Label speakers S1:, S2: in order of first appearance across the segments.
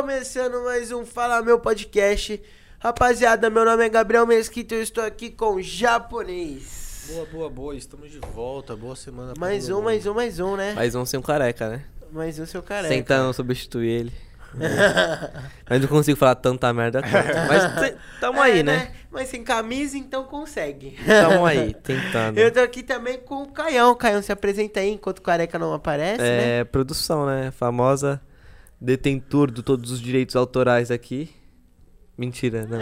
S1: Começando mais um Fala Meu Podcast. Rapaziada, meu nome é Gabriel Mesquita e eu estou aqui com o japonês.
S2: Boa, boa, boa. Estamos de volta. Boa semana. pra
S1: Mais
S2: todo
S1: um,
S2: mundo.
S1: mais um, mais um, né?
S3: Mais um sem um careca, né?
S1: Mais um, seu careca.
S3: Tentando substituir ele. Mas não consigo falar tanta merda quanto. Mas te- tamo aí,
S1: É,
S3: né?
S1: Mas sem camisa, então consegue.
S3: Tamo aí, tentando.
S1: Eu tô aqui também com o Caião. Caião se apresenta aí enquanto o careca não aparece, né?
S3: É, produção, né? Famosa detentor de todos os direitos autorais aqui. Mentira, não.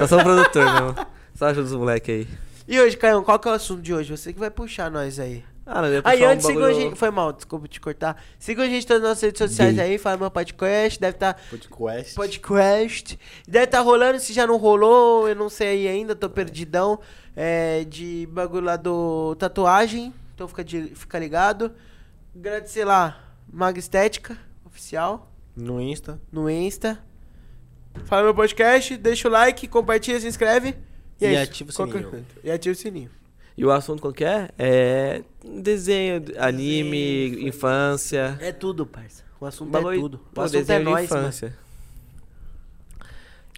S3: Só sou um produtor, não. Só ajuda os moleque aí.
S1: E hoje, Caião, qual que é o assunto de hoje? Você que vai puxar nós aí.
S3: Ah, não, eu ia
S1: Aí,
S3: puxar um
S1: antes, sigam a
S3: bagulho-
S1: gente. Foi mal, desculpa te cortar. Sigam a gente nas nossas redes sociais
S3: Gay.
S1: aí, fala meu podcast, deve tá estar.
S2: Podcast.
S1: podcast. Deve estar rolando, se já não rolou, eu não sei ainda, tô perdidão. É, de bagulho lá do tatuagem, então fica, de- fica ligado. Agradecer lá, Mag Estética, oficial,
S2: No Insta.
S1: no Insta. Fala meu podcast, deixa o like, compartilha, se inscreve. E, é
S2: E
S1: isso.
S2: ativa o
S1: Qualquer
S2: sininho.
S1: coisa. E ativa o sininho.
S3: E o assunto qual que é? É desenho, anime, infância.
S1: É tudo, parça. O assunto é
S3: Bagulho-
S1: tudo. O
S3: pô,
S1: assunto é
S3: desenho de
S1: nós, mano.
S3: infância.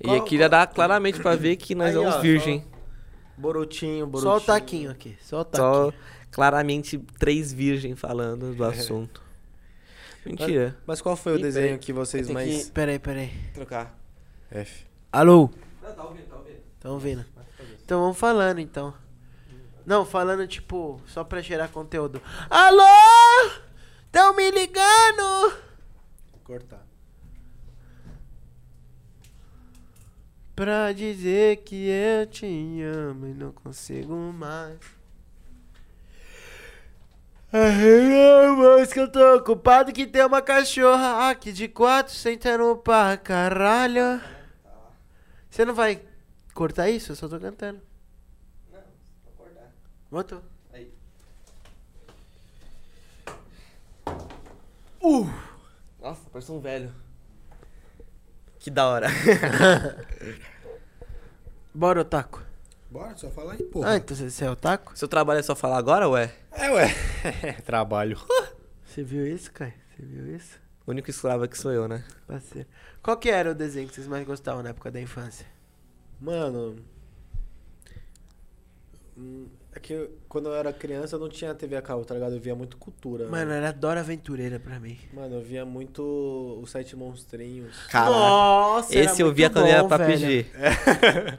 S3: E
S2: Qual-
S3: aqui já dá claramente pra ver que nós
S2: Aí,
S3: somos
S2: ó,
S3: virgem.
S2: Borotinho, borotinho.
S1: Só o taquinho tá aqui, só o
S3: Só
S1: taquinho.
S3: claramente três virgem falando do assunto. Mentira.
S2: Mas qual foi o
S3: Ih,
S2: desenho
S3: peraí.
S2: que vocês
S3: Tem
S2: mais...
S1: Peraí, peraí.
S3: Trocar.
S2: F.
S1: Alô? Tá ouvindo. Então vamos falando, então. Não, falando, tipo, só pra gerar conteúdo. Alô? Tão me ligando?
S2: Cortar.
S1: Pra dizer que eu te amo e não consigo mais. Ai, mas que eu tô ocupado que tem uma cachorra aqui de quatro sentando um pra caralho. Você não vai cortar isso? Eu só tô cantando. Não, vou cortar. Voltou.
S3: Aí.
S1: Uh!
S3: Nossa, parece um velho. Que da hora.
S1: Bora, otaku.
S2: Bora, só fala aí,
S1: Ah, então você- você é otaku?
S3: Seu trabalho é só falar agora, ué?
S2: É, ué. Trabalho.
S1: Você viu isso, Kai? Você viu isso?
S3: O único escravo aqui sou eu, né?
S1: Parceiro. Qual que era o desenho que vocês mais gostavam na época da infância?
S2: Mano... hum, É que eu- quando eu era criança eu não tinha TV a cabo, tá ligado? Eu via muito cultura. né?
S1: Mano, era Dora Aventureira pra mim.
S2: Mano, eu via muito os Sete Monstrinhos.
S1: Nossa, era
S3: Esse eu
S1: muito
S3: via quando
S1: bom,
S3: era pra
S1: velho.
S3: pedir.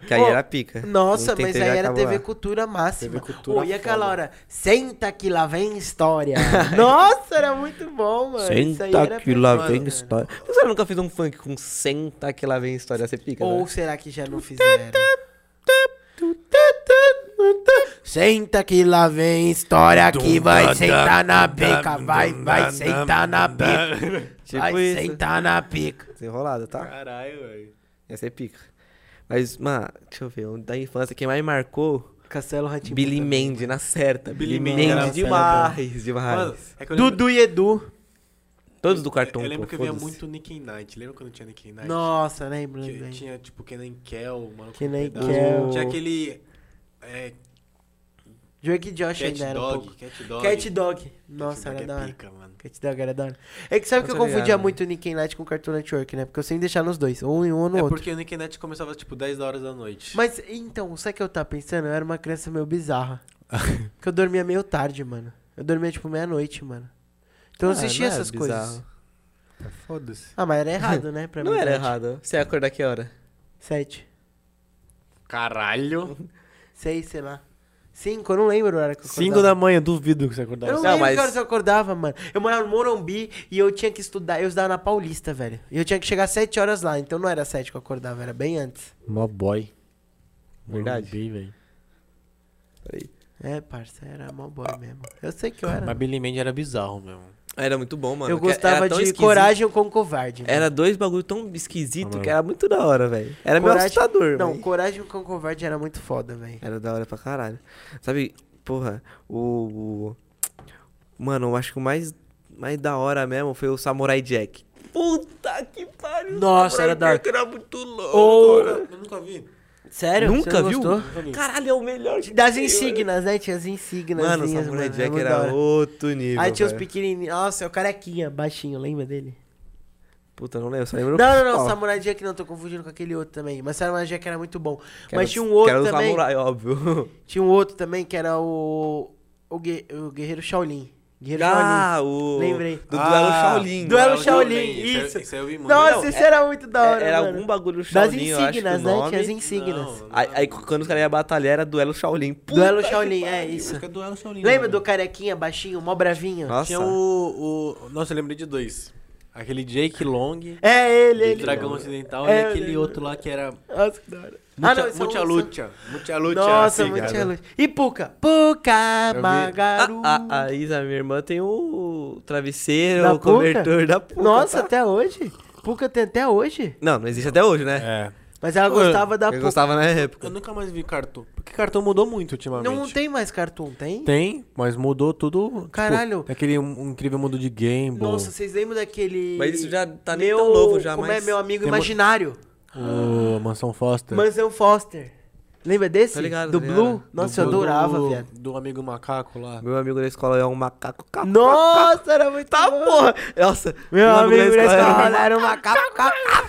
S3: Que aí
S1: Pô,
S3: era pica.
S1: Nossa,
S3: Não tem
S1: mas
S3: TV
S1: aí era
S3: acabou
S1: TV
S3: lá.
S1: Cultura máxima.
S2: TV Cultura
S1: Ô, e aquela
S2: foda.
S1: hora, senta que lá vem história. Nossa, era muito bom, mano. Isso aí era
S3: Senta que lá
S1: perfeito,
S3: vem
S1: mano.
S3: história. Por que Você nunca fez um funk com senta que lá vem história, você pica,
S1: Ou
S3: né?
S1: será que já não fizeram? Senta que lá vem história que vai sentar na pica, vai, vai sentar na pica.
S3: Tipo
S1: vai
S3: isso.
S1: sentar na pica.
S3: Desenrolada, tá?
S2: Caralho, velho.
S3: Ia ser pica. Mas, mano, deixa eu ver. um Da infância, quem mais marcou?
S1: Castelo Ratimbu.
S3: Billy Mandy, na certa. Billy
S2: Mandy
S3: Mandy,
S2: era na
S3: demais, demais.
S2: Mano, é que eu lembro-
S1: Dudu e Edu.
S3: Todos do cartão.
S2: Eu lembro
S3: pô,
S2: que eu via
S3: foda-se.
S2: muito Nick and Knight. Lembra quando tinha Nick and Knight?
S1: Nossa, lembro,
S2: Que
S1: lembro.
S2: tinha, tipo, Kenan Kel, mano.
S1: Kenan
S2: com pedaço.
S1: é. Kel.
S2: Tinha aquele. É,
S1: Drake e Josh
S2: Cat
S1: ainda era um pouco.
S2: Dog. Cat Dog.
S1: Cat Dog.
S2: Cat
S1: Nossa,
S2: Dog
S1: era
S2: é
S1: da hora.
S2: pica, mano.
S1: Cat Dog era da hora. É que sabe
S3: Eu
S1: que eu
S3: tô
S1: confundia
S3: ligado.
S1: muito o Nick and Night com o Cartoon Network, né? Porque eu sempre deixava nos dois, ou em um ou no
S2: É
S1: outro.
S2: porque o Nick and Knight começava, tipo, 10 horas da noite.
S1: Mas, então, sabe o que eu tava pensando? Eu era uma criança meio bizarra. Porque eu dormia meio tarde, mano. Eu dormia, tipo, meia-noite, mano. Então eu
S3: Ah,
S1: assistia
S3: não era
S1: essas coisas.
S3: bizarro.
S2: Foda-se.
S1: Ah, mas era errado, né? Pra
S3: Não
S1: mim,
S3: era errado. Você ia acordar que hora?
S1: Sete.
S2: Caralho.
S1: Seis, sei lá. Cinco, eu não lembro a hora que eu acordava.
S2: 5 da manhã, duvido que você
S1: Eu
S2: acordava.
S1: não,
S3: Não,
S1: lembro
S3: mas-
S1: que horas eu acordava, mano. Eu morava no Morumbi e eu tinha que estudar. Eu estudava na Paulista, velho. E eu tinha que chegar às 7 horas lá. Então não era 7 que eu acordava, era bem antes.
S2: Mó boy.
S3: Verdade.
S2: Morumbi, velho.
S3: Peraí.
S1: É, parça, era mó boy mesmo. Eu sei que eu era.
S2: Mas Billy Mandy era bizarro mesmo.
S3: Era muito bom, mano.
S1: eu
S3: que era
S1: gostava
S3: tão
S1: de
S3: esquisito.
S1: Coragem com Covarde. mano.
S3: Era dois bagulho tão esquisito
S2: Ah,
S3: que era muito da hora, velho. Era meio
S1: Coragem-
S3: assustador,
S1: Não,
S3: véi.
S1: Coragem com Covarde era muito foda, velho.
S3: Era da hora pra caralho. Sabe, porra, o. o- Mano, eu acho que o mais, mais da hora mesmo foi o Samurai Jack. Puta que pariu! o
S1: Nossa,
S3: Samurai
S1: era da hora.
S3: Jack Era muito louco.
S1: Ou-
S2: Eu nunca vi.
S1: Sério?
S3: Nunca
S1: Você não
S3: viu?
S1: gostou?
S2: Nunca vi.
S3: Caralho, é o melhor de
S1: Das
S3: tudo,
S1: insígnias, né? é Tinha as insígnias.
S3: Mano, o Samurai Jack era outro nível.
S1: Aí tinha os
S3: velho.
S1: pequenininhos. Nossa, é o carequinha, baixinho, lembra dele?
S3: Puta, não lembro, só lembro. do
S1: Não, não, não,
S3: principal,
S1: Samurai Jack não, tô confundindo com aquele outro também. Mas Samurai Jack era muito bom.
S3: que era
S1: mas
S3: o-
S1: tinha um
S3: que era
S1: outro
S3: o
S1: também.
S3: Samurai, óbvio.
S1: Tinha um outro também que era o. O, gue- o Guerreiro Shaolin. Guerreiro
S3: Ah, o.
S1: Lembrei.
S3: Do duelo
S2: Ah,
S3: Shaolin.
S1: Duelo
S4: Shaolin,
S1: Shaolin,
S4: isso eu-
S1: isso.
S4: isso eu vi muito.
S1: Nossa,
S4: Não,
S1: isso era muito da hora.
S3: É, era
S1: mano.
S3: algum bagulho
S1: Das
S3: Shaolin, eu acho que o
S1: insígnias, né?
S3: nome.
S1: Tinha as insígnias.
S4: Não,
S3: Aí, aí quando os caras iam batalhar era duelo Shaolin. Puta
S1: Duelo
S3: que
S1: Shaolin, é
S3: pariu.
S1: isso.
S4: que é duelo Shaolin.
S1: Lembra
S4: né?
S1: do carequinha baixinho, mó bravinho?
S3: Nossa.
S2: Tinha o, o. Nossa, eu lembrei de dois. Aquele Jake Long,
S1: É ele,
S2: de
S1: ele.
S2: Dragão Ocidental,
S1: É,
S2: e
S1: eu
S2: aquele
S1: lembro.
S2: outro lá que era.
S1: Nossa, que da hora.
S2: Mucha,
S1: isso é um-
S2: Mucha Lucha. Mucha Lucha.
S1: Nossa,
S2: assim,
S1: muito
S2: cara.
S1: luz. E Puka? Puka,
S2: vi.
S1: Magaru.
S3: A, a- a Ah, Isa, minha irmã, tem o travesseiro,
S1: Da
S3: o cobertor da puta.
S1: Nossa,
S3: tá?
S1: até hoje? Puka tem até hoje?
S3: Não, não existe até hoje, né?
S2: É.
S1: Mas ela
S2: Eu-
S1: gostava da
S3: Eu
S1: Puka.
S3: gostava na época.
S2: Eu nunca mais vi cartão. Porque cartão mudou muito ultimamente.
S1: Não tem mais cartoon, tem?
S2: Tem, mas mudou tudo. tipo,
S1: Caralho.
S2: aquele um- incrível mundo de Game Boy.
S1: Nossa, vocês lembram daquele...
S3: Mas isso já tá nem
S1: meu...
S3: tão novo já,
S1: Como
S3: mas-
S1: é meu amigo
S2: Tem uma- Tá.
S1: imaginário?
S2: O Mansão Foster.
S1: Mansão Foster. Lembra desse?
S3: Tá ligado,
S1: Do
S3: tá ligado.
S1: Blue?
S3: Do
S1: Nossa, eu
S2: Do-
S1: adorava,
S2: do,
S1: viado.
S2: Do amigo macaco lá.
S3: Meu amigo da escola é um macaco caco.
S1: Nossa, era muito
S3: Tá,
S1: bom.
S3: porra! Nossa,
S1: Meu amigo da
S3: era um
S1: escola
S3: macaco.
S1: era um macaco.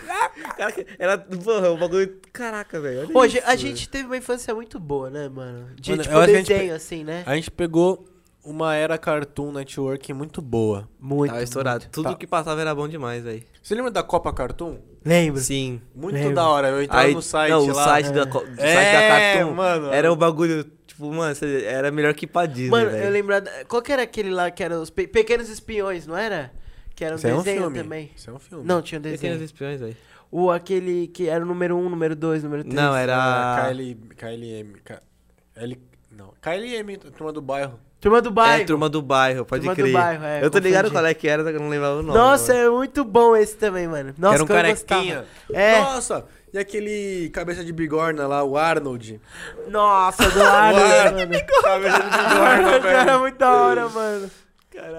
S3: Caraca, era, porra, um bagulho. Caraca, velho. olha
S1: Hoje, a
S3: isso,
S1: gente teve uma infância muito boa, né, mano? De,
S2: Mano,
S1: tipo,
S2: eu acho que a gente
S1: desenho,
S2: pe-
S1: assim, né?
S2: A gente pegou uma era Cartoon Network muito boa.
S1: Muito.
S3: Tava estourado. Tudo
S2: Tá.
S3: que passava era bom demais, velho.
S2: Você lembra da Copa Cartoon?
S1: Lembro.
S3: Sim.
S2: Muito
S1: Lembro.
S2: da hora. Eu entrava
S3: Aí,
S2: no site
S3: não,
S2: lá.
S3: o site da, co- do site
S2: É,
S3: da Cartoon
S2: mano.
S3: era o bagulho, tipo, mano, cê- era melhor que ir pra Disney,
S1: Mano,
S3: velho.
S1: eu lembro. da- Qual que era aquele lá que era os pe- Pequenos Espiões, não era? Que era um
S2: Isso é um
S1: desenho
S2: filme.
S1: também.
S2: Isso é um filme.
S1: Não, tinha um
S3: Pequenos
S1: desenho.
S3: espiões, velho.
S1: O aquele que era o número 1, um, número 2, número 3.
S3: Não, era...
S2: Ah, KL, KLM. K, L, não. KLM, turma do bairro.
S1: Turma do bairro.
S3: É, Turma do Bairro, pode
S1: Turma do
S3: crer.
S1: Bairro, é,
S3: eu tô ligado
S1: confundi.
S3: qual é que era, só que eu não lembrava o nome.
S1: Nossa,
S3: mano.
S1: é muito bom esse também, mano. Nossa,
S3: Era um
S1: como eu
S3: carequinha.
S1: gostava. É.
S2: Nossa, e aquele cabeça de bigorna lá, o Arnold.
S1: Nossa, do Arnold, mano.
S2: Cabeça de
S1: O
S2: bigorna,
S1: Arnold
S2: velho.
S1: era muito da hora, mano.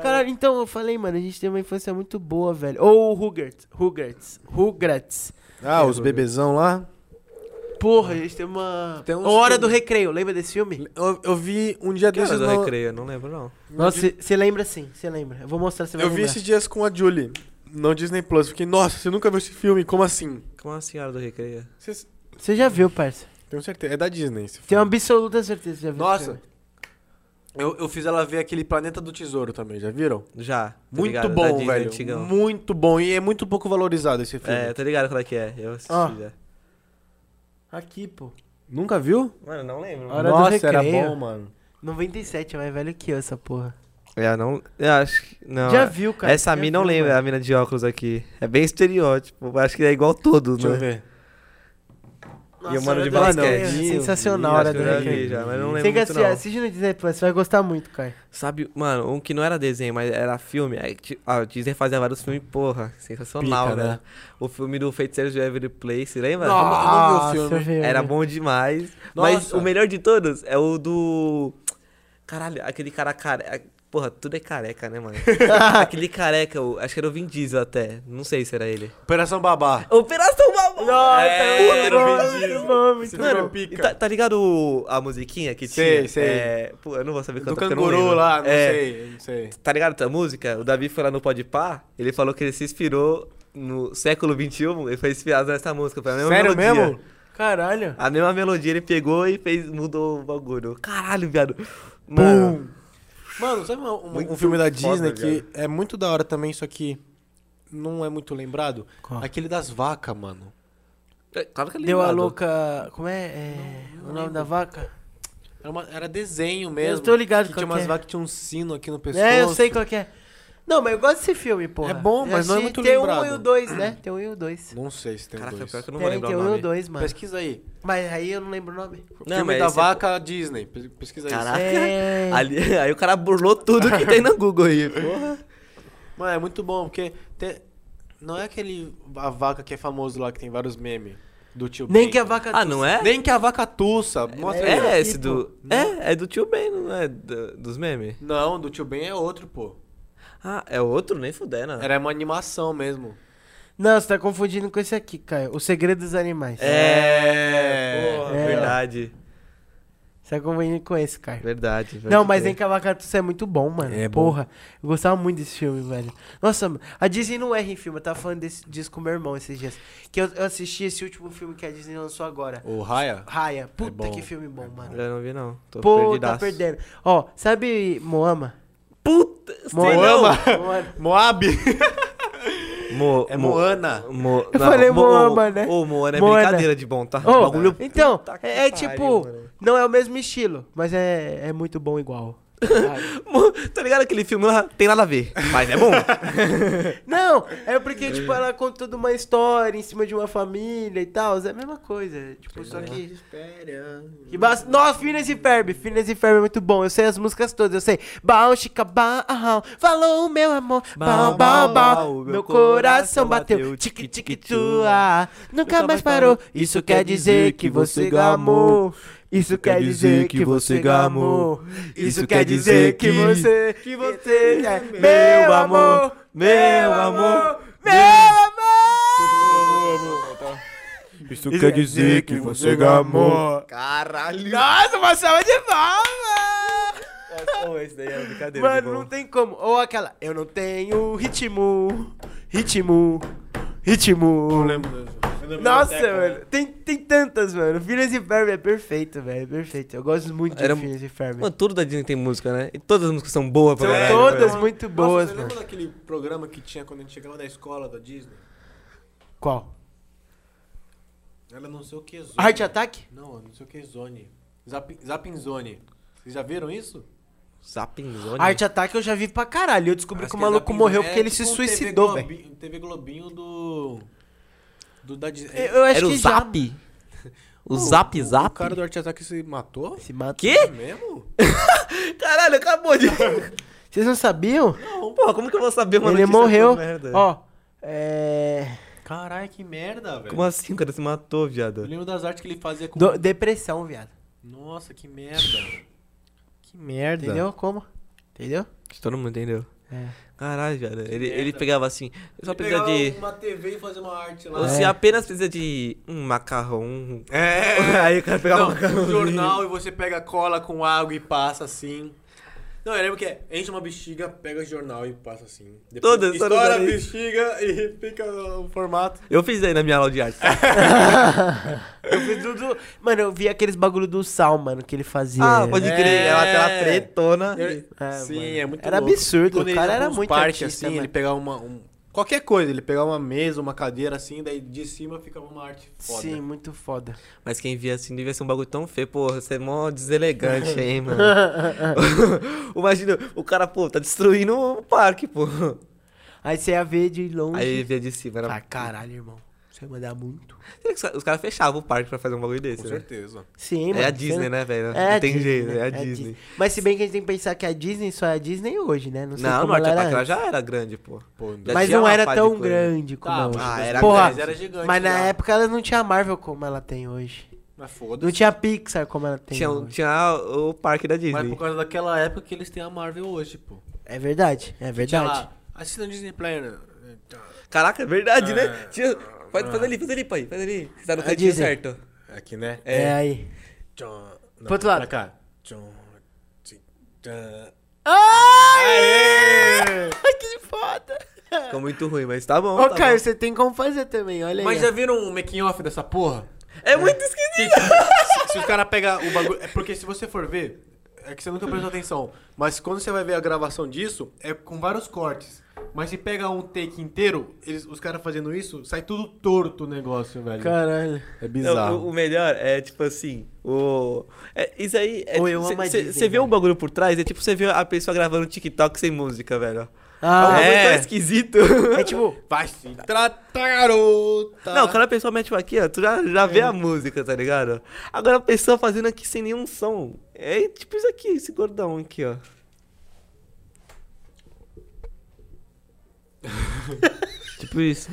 S1: Caralho, então eu falei, mano, a gente teve uma infância muito boa, velho. Ou o Rugrats, Rugrats, Rugrats.
S2: Ah, os bebezão lá.
S1: Porra, a gente teve uma...
S2: Tem uns
S1: Hora do
S2: filmes.
S1: Recreio, lembra desse filme?
S2: Eu, eu vi um dia
S3: Que era
S2: desses
S3: do
S2: no-
S3: recreio, não lembro não.
S1: Nossa, você lembra sim, você lembra. Eu vou mostrar, você vai
S2: Eu vi
S1: lembrar.
S2: esses dias com a Julie, no Disney Plus. Fiquei, nossa, você nunca viu esse filme? Como assim?
S3: Como a senhora do recreio?
S2: Vocês...
S1: Você já viu, parça.
S2: Tenho certeza. É da Disney esse
S1: Tenho
S2: filme.
S1: absoluta certeza que já viu. esse
S2: Nossa.
S1: filme.
S2: Eu, eu fiz ela ver aquele Planeta do Tesouro também, já viram?
S3: Já. tá
S2: Muito
S3: ligado? Da
S2: bom,
S3: Disney,
S2: velho.
S3: antigão.
S2: Muito bom. E é muito pouco valorizado esse filme.
S3: É, tá ligado qual é que é. Eu assisti
S1: Ó.
S3: já.
S1: Aqui, pô.
S2: Nunca viu?
S3: Mano, não lembro.
S1: Hora do
S2: nossa, era
S1: Recreio.
S2: bom, mano.
S1: 97 é mais velho que eu, essa porra.
S3: É, não. Eu acho que. Não.
S1: já
S3: é-
S1: viu, cara.
S3: Essa mina não lembra, a mina de óculos aqui. É bem estereótipo. eu Acho que é igual todos,
S2: Deixa eu
S3: né?
S2: ver.
S3: E o é mano de basquete.
S2: Eu vi,
S1: Sensacional, né,
S2: eu
S1: Hora
S3: Acho
S1: do
S3: que eu já vi
S1: Recreio.
S3: já, mas não lembro
S1: Tem que
S3: muito,
S1: assistir,
S3: não.
S1: assiste no Disney Plus, você vai gostar muito, cara.
S3: Sabe, mano, um que não era desenho, mas era filme. Aí, ti- a Disney fazia vários filmes, porra, sensacional,
S2: Pica,
S3: né?
S2: né?
S3: O filme do Feiticeiro de Every Place,
S1: Ah,
S3: lembra?
S2: não vi o
S1: Nossa,
S2: filme.
S1: velho.
S3: Era bom demais. Mas
S2: Nossa.
S3: o melhor de todos é o do. Caralho, aquele cara careca. Porra, tudo é careca, né, mano? aquele careca, o- acho que era o Vin Diesel até. Não sei se era ele.
S2: Operação Babá.
S3: Operação Babão!
S1: Nossa,
S3: É,
S1: muito bom,
S3: era o Vin
S1: muito
S3: Diesel.
S1: bom, muito
S2: Esse
S1: bom.
S2: filme é
S3: Mano,
S2: pica.
S3: e tá, tá ligado o- a musiquinha que
S2: Sei,
S3: tinha?
S2: sei.
S3: É, pô, eu não vou saber
S2: Do
S3: cantar porque eu não
S2: canguru
S3: lembro.
S2: lá, não
S3: É,
S2: sei, não sei.
S3: Tá ligado essa música? O Davi foi lá no Podpah, ele falou que ele se inspirou no século XXI, ele foi inspirado nessa música. Foi a mesma
S2: Sério
S3: melodia.
S2: mesmo?
S1: Caralho.
S3: A mesma melodia ele pegou e fez, mudou o bagulho. Caralho, viado. Mano,
S2: Mano, sabe uma- uma-
S3: Muito
S2: um filme da
S3: foda,
S2: Disney que é muito da hora também, só que não é muito lembrado?
S1: Qual?
S2: Aquele das vacas, mano.
S3: é, claro que ele
S1: Deu a louca... Como é, é, o nome da vaca?
S2: Era, uma- era desenho mesmo.
S1: tô ligado
S2: que
S1: qual
S2: tinha
S1: que
S2: umas
S1: é.
S2: vacas que tinha um sino aqui no pescoço.
S1: É, eu sei qual que é. Não, mas eu gosto desse filme, pô.
S2: É bom, mas não é muito
S1: tem
S2: lembrado.
S1: Tem um e o dois, né? Tem um e o dois.
S2: Não sei se tem
S3: Caraca,
S2: dois.
S3: pior que eu não vou
S1: Tem,
S3: lembrar
S1: tem
S3: o
S1: um e
S3: nome.
S1: o dois, mano.
S2: Pesquisa aí.
S1: Mas aí eu não é lembro o nome.
S3: Não,
S2: filme
S3: mas
S2: da
S3: esse-
S2: vaca Disney. Pes- Pesquisa aí.
S3: Caraca.
S1: É.
S3: Ali, aí o cara burlou tudo que tem no Google aí. Porra.
S2: Mano, é muito bom, porque tem- não é aquele a vaca que é famoso lá, que tem vários memes do tio
S1: Nem
S2: Ben.
S1: que a vaca...
S3: Ah, não é?
S2: Nem que a vaca tussa. Mostra aí.
S3: É
S1: aqui,
S3: esse do. É, é do tio Ben, não é? Do- dos memes?
S2: Não, do tio Ben é outro, pô.
S3: Ah, é outro? Nem fudendo.
S1: Ah.
S2: Era uma animação mesmo.
S1: Não, você tá confundindo com esse aqui, Caio. O Segredo dos Animais.
S3: É,
S2: É,
S3: porra,
S1: é.
S3: verdade.
S1: Sabe como eu conheço, cara?
S3: Verdade. pode
S1: Não, mas
S3: crer.
S1: em Cavacatuça é muito bom, mano.
S2: É bom.
S1: Porra, eu gostava muito desse filme, velho. Nossa, a Disney não erra em filme. Eu tava falando desse, disso com meu irmão esses dias. Que eu, eu assisti esse último filme que a Disney lançou agora.
S2: O Raya?
S3: É
S1: Raia. Puta
S2: bom.
S1: que filme bom, mano.
S3: Eu não vi, não. Tô
S1: Pô,
S3: perdidaço.
S1: tá perdendo. Ó, sabe Moama?
S3: Puta! é sei
S2: Moana?
S3: não.
S1: Moana.
S2: Moab?
S3: Mo,
S2: É
S3: Mo-
S2: Moana.
S3: Mo-
S1: Eu
S3: não,
S1: falei
S3: Mo-
S1: Moana, né?
S3: Ô, Moana é
S1: Moana.
S3: brincadeira de bom, tá?
S1: Ô,
S3: Bagulho-
S1: então,
S3: Puta que
S1: é, é
S3: pariu,
S1: tipo,
S3: mano.
S1: não é o mesmo estilo, mas é, é muito bom igual.
S3: Mo- Tá ligado aquele filme lá? Tem nada a ver, mas é bom.
S1: não, é porque, tipo, ela conta toda uma história em cima de uma família e tal. É a mesma coisa. Tipo, só que. que bas... Nossa, Phineas e Ferb. Phineas e Ferb é muito bom. Eu sei as músicas todas. Eu sei. Baal, chica, baal. Falou, meu amor. Baal, baal, baal. Meu coração bateu. Tique, tique, tua. Nunca mais parou. Isso quer dizer que você gamou. Isso quer dizer que você gamou. Isso quer dizer que você. Que você é meu amor. Meu amor. Meu amor.
S2: Isso
S1: quer dizer que você é
S3: é
S1: gamou.
S3: Caralho.
S1: Nossa, uma salva de palmas!
S3: Esse daí é brincadeira de
S1: Mano,
S3: bom.
S1: não tem como. Ou aquela, eu não tenho ritmo, ritmo, ritmo. Nossa, mano, tem, tem tantas, mano. Phineas e Ferb é perfeito, velho, é perfeito. Eu gosto muito de
S3: Era-
S1: Phineas e Ferb.
S3: Mano, tudo da Disney tem música, né? E todas as músicas são boas pra
S1: São
S3: caralho.
S1: todas
S3: velho.
S1: muito boas,
S2: Nossa, você
S1: mano.
S2: lembra daquele programa que tinha quando a gente chegava da escola da Disney?
S1: Qual?
S2: Era não sei o que Zone.
S1: Art Attack?
S2: Não, não sei o que Zone. Zap, Zapping Zone. Vocês já viram isso?
S3: Zapinzone.
S1: Art Attack eu já vi pra caralho. Eu descobri
S2: Acho
S1: que o
S2: é
S1: maluco
S2: Zapping
S1: morreu
S2: Zone.
S1: porque
S2: É
S1: ele se
S2: tipo um
S1: suicidou,
S2: TV
S1: velho.
S2: Globinho, TV Globinho do... Do da Disney.
S1: Eu, eu acho
S3: Era o
S1: que já-
S3: Zap? O Zap
S2: O
S3: Zap?
S2: cara do Art Attack se matou?
S1: Se matou.
S2: É
S3: Quê?
S2: mesmo?
S3: Caralho, acabou de...
S1: Vocês não sabiam?
S3: Porra, como que eu vou saber uma
S1: ele
S3: notícia
S1: morreu.
S3: tão merda?
S1: Ó, é...
S2: Caralho, que merda, velho.
S3: Como assim, o cara se matou,
S2: Eu
S3: viado?
S2: lembro das artes que ele fazia com...
S1: do- Depressão, viado.
S2: Nossa, que merda. Que merda.
S1: Entendeu como? Entendeu?
S3: Acho que Todo mundo entendeu.
S1: É.
S3: Caralho, viado. Ele,
S2: merda.
S3: ele pegava assim, eu só
S2: Ele
S3: precisa
S2: pegava um-
S3: de...
S2: uma TV e fazer uma arte lá.
S1: É.
S3: Você apenas precisa de um macarrão. É. Aí o cara pegava
S2: Não,
S3: um macarrão.
S2: um jornal e você pega cola com água e passa assim. Não, eu lembro que é, enche uma bexiga, pega o jornal e passa assim. Depois
S3: Todas, todas
S2: estoura a
S3: eram isso.
S2: bexiga e fica o formato.
S3: Eu fiz isso aí na minha aula de arte.
S1: É. Eu vi tudo. Mano, eu vi aqueles bagulho do sal, mano, que ele fazia.
S3: ah, pode
S2: É.
S3: crer. Era aquela tretona.
S1: É,
S2: Sim,
S1: mano.
S2: é muito
S1: Era
S2: louco.
S1: absurdo,
S2: Quando
S1: o
S2: ele
S1: cara
S2: ia
S1: era
S2: nos
S1: muito
S2: parques,
S1: artista,
S2: assim,
S1: mano.
S2: ele pegava uma... um- Qualquer coisa, ele pegava uma mesa, uma cadeira assim, daí de cima ficava uma arte foda.
S1: Sim, muito foda.
S3: Mas quem via assim devia ser um bagulho tão feio, pô, você é mó deselegante, hein, mano. Imagina, o cara, pô, tá destruindo o parque, pô.
S1: Aí você ia ver de longe.
S3: Aí ele via de cima. Era...
S1: Ah, caralho, irmão. Você ia mandar muito.
S3: Será que os ca- Os caras fechavam o parque pra fazer um bagulho desse,
S2: Com
S3: né?
S2: certeza.
S1: Sim,
S3: É
S1: mano.
S3: a Disney,
S1: você-
S3: né, velho?
S1: É a
S3: não tem
S1: Disney,
S3: jeito,
S1: né?
S3: é a Disney.
S1: Mas se bem que a gente tem que pensar que a Disney só é a Disney hoje, né? Não sei
S3: Não,
S1: como
S3: no Arte
S1: ela
S3: Ataque
S1: era
S3: ela
S1: antes.
S3: já era grande, pô.
S2: Pô,
S3: já
S1: Mas
S3: tinha
S1: não
S3: uma
S1: era
S3: paz de
S1: tão
S3: coisa.
S1: grande como
S2: Tá,
S1: é hoje.
S2: mas
S3: Ah,
S2: em
S3: era
S2: 2010
S1: grande.
S2: era gigante.
S1: Mas na
S2: já.
S1: época ela não tinha Marvel como ela tem hoje.
S2: Mas foda-se.
S1: Não tinha Pixar como ela tem
S3: Tinha,
S2: um-
S3: o-
S1: hoje.
S3: tinha o parque da
S2: Mas é
S3: Disney.
S2: por causa daquela época que eles têm a Marvel hoje, pô.
S1: É verdade, é
S2: Tinha
S1: verdade.
S2: lá, assista no Disney Player. né? tá.
S3: Caraca, é verdade,
S2: É.
S3: né? Tinha... Faz, faz ali, faz ali, pai, faz ali. Você tá no
S1: A
S3: cantinho
S1: Disney.
S3: certo.
S2: Aqui, né?
S1: É, aí.
S2: Tchum, não,
S1: Pro outro lado.
S2: Pra cá. Tchum, tchim, tchã.
S1: Ai! que foda!
S3: Ficou muito ruim, mas tá bom.
S1: Ô,
S3: tá
S1: Caio,
S3: bom.
S1: você tem como fazer também, olha
S2: Mas é
S1: aí.
S2: já viram o making off dessa porra?
S3: É muito esquisito.
S2: Que, se, se os caras pegam o bagulho. É porque se você for ver, é que você nunca prestou atenção. Mas quando você vai ver a gravação disso, é com vários cortes. Mas se pega um take inteiro, eles, os caras fazendo isso, sai tudo torto o negócio, velho.
S1: Caralho.
S2: é
S3: Não,
S2: bizarro.
S3: o, o melhor é tipo assim, o. é, isso aí.
S1: Ou eu amo a Disney,
S3: Você vê
S1: velho.
S3: um bagulho por trás, é tipo você vê a pessoa gravando TikTok sem música, velho. é um
S1: Ah,
S3: bagulho tão
S2: assim.
S1: é.
S3: esquisito.
S1: É tipo,
S2: Vai se tratar, garota.
S3: Não, quando a pessoa mete aqui, ó, tu já, já vê a música, tá ligado? Agora a pessoa fazendo aqui sem nenhum som. É tipo isso aqui, esse gordão aqui, ó. tipo isso.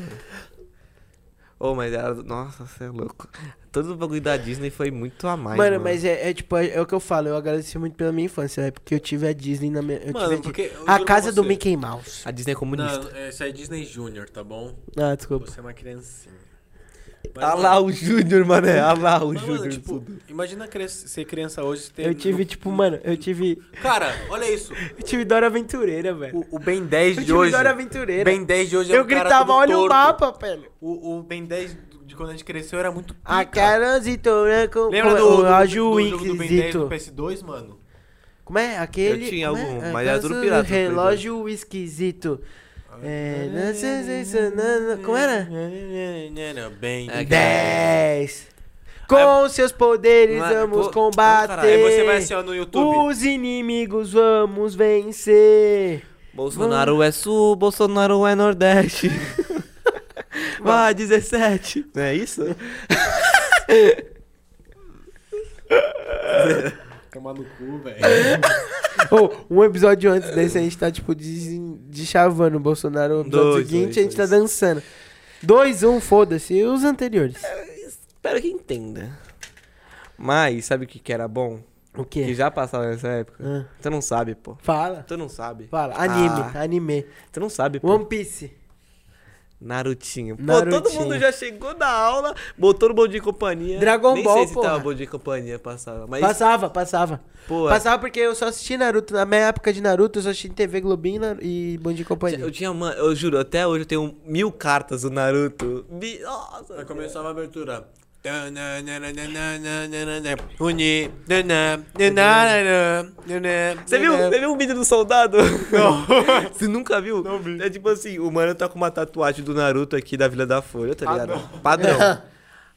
S3: Ô, mas era. Nossa, você é louco. Todo o bagulho da Disney foi muito a mais.
S1: mano,
S3: mano.
S1: mas é, é tipo, é, é o que eu falo, eu agradeci muito pela minha infância, é porque eu tive a Disney na minha. Eu
S2: Mano,
S1: tive a Di-
S2: porque eu
S1: a
S2: juro
S1: casa
S2: pra
S1: do
S2: você.
S1: Mickey Mouse.
S3: A Disney é comunista.
S2: Não, isso aí é Disney Júnior, tá bom?
S1: Ah, desculpa.
S2: Você é uma criancinha. Mas,
S3: Ah
S2: mano,
S3: lá o Júnior, mané. Ah lá o
S2: mas, mano,
S3: Júnior.
S2: tipo,
S3: tudo.
S2: imagina cres- ser criança hoje. Ter...
S1: Eu tive, tipo, mano, eu tive.
S2: Cara, olha isso.
S1: Eu tive Dora Aventureira, velho.
S2: O, o Ben 10
S1: Eu
S2: de
S3: tipo,
S1: tive
S2: hoje.
S1: Dora Aventureira.
S2: Ben 10 de hoje é
S1: eu
S2: um cara
S1: gritava,
S2: todo
S1: olha o
S2: torto.
S1: mapa, velho.
S2: O, o Ben 10 de quando a gente cresceu era muito
S1: A
S2: pica.
S1: Caranzito, né? Com,
S2: Lembra
S1: com-
S2: do, do,
S1: Ah, o ágil
S2: do jogo do Ben 10 do
S1: esquisito.
S2: PS2, mano?
S1: Como é? Aquele.
S3: Eu tinha
S1: como é?
S3: algum,
S1: É,
S3: mas era tudo
S1: dança do
S3: pirata, tudo
S1: Relógio esquisito. É, não sei se isso- não, não- como era?
S2: Ben
S3: É,
S1: 10. Com seus poderes
S3: Mano,
S1: vamos
S3: pô,
S1: combater.
S3: caralho,
S2: Aí você vai assim, ó, no YouTube.
S1: Os inimigos vamos vencer.
S3: Bolsonaro é sul, Bolsonaro é nordeste. Vai, 17. Não é isso?
S2: Tomar no cu, velho.
S1: É. Ô, um episódio antes desse a gente tá, tipo, desen- deschavando o Bolsonaro. O episódio
S3: Dois,
S1: seguinte
S3: dois,
S1: a gente tá
S3: dois.
S1: dançando. 2, 1, um, foda-se. E os anteriores?
S3: Espero que entenda. Mas, sabe o que, que era bom?
S1: O
S3: Que
S1: quê?
S3: já passava nessa época?
S1: Hã?
S3: Tu não sabe, pô.
S1: Fala.
S3: Tu não sabe.
S1: Ah. Fala. Anime,
S3: Ah.
S1: anime.
S3: Tu não sabe, pô.
S1: One Piece.
S3: Narutinho. Pô, todo
S1: Narutinho.
S3: mundo já chegou da aula, botou no bom de companhia.
S1: Dragon
S3: Nem
S1: Ball,
S3: sei se
S1: porra.
S3: tava bom de companhia passava, mas
S1: Passava, passava.
S3: pô,
S1: Passava porque eu só assisti Naruto. Na minha época de Naruto, eu só assisti TV Globinho Nar- e Bom Dia e Companhia.
S3: eu tinha, mano, eu juro, até hoje eu tenho mil cartas do Naruto. Bi-
S2: Aí
S3: Nossa.
S2: começava a abertura. Uni. Você
S3: Você viu, você viu o vídeo do soldado?
S2: Não.
S3: Você nunca viu?
S2: Não vi.
S3: É tipo assim, o mano tá com uma tatuagem do Naruto aqui da Vila da Folha, tá ligado?
S2: É.
S3: Padrão.